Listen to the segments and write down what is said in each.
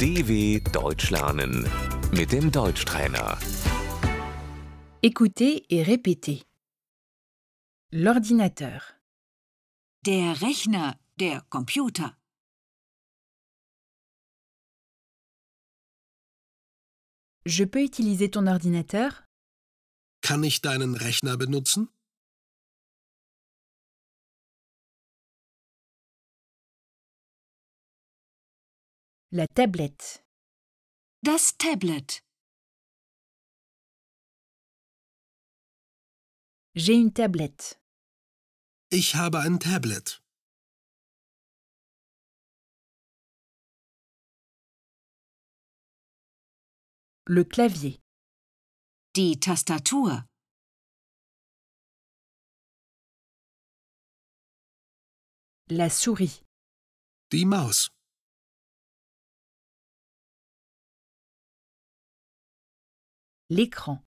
DW Deutsch lernen mit dem Deutschtrainer. Écoutez et répétez. L'ordinateur, Der Rechner, der Computer, je peux utiliser ton ordinateur Kann ich deinen Rechner benutzen? La tablette, das Tablet, j'ai une tablette, Ich habe ein Tablet. le clavier, die Tastatur, la souris, Die Maus. l'écran,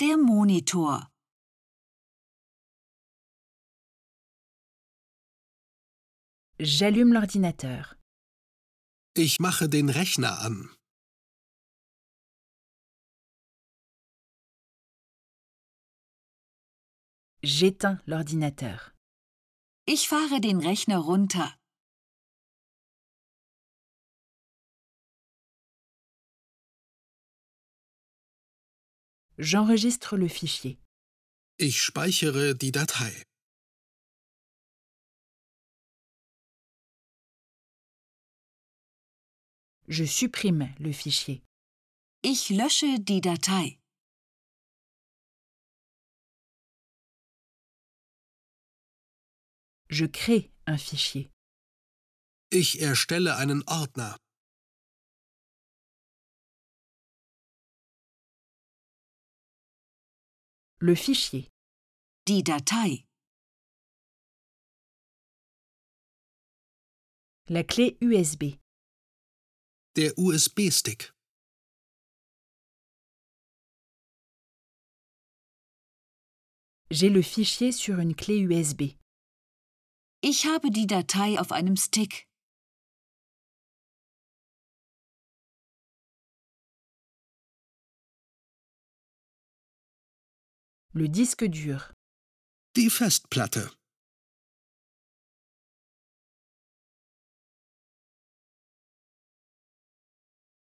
der Monitor, j'allume l'ordinateur, Ich mache den Rechner an. j'éteins l'ordinateur. ich fahre den Rechner runter. J'enregistre le fichier. Ich speichere die Datei. Je supprime le fichier. Ich lösche die Datei. Je crée un fichier. Ich erstelle einen Ordner. Le fichier, Die Datei, la clé USB, Der USB-Stick. j'ai le fichier sur une clé USB, ich habe die Datei auf einem Stick, le disque dur, Die Festplatte.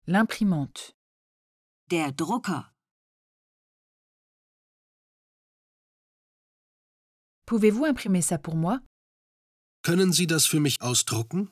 l'imprimante. der Drucker. Pouvez-vous imprimer ça pour moi Können Sie das für mich ausdrucken?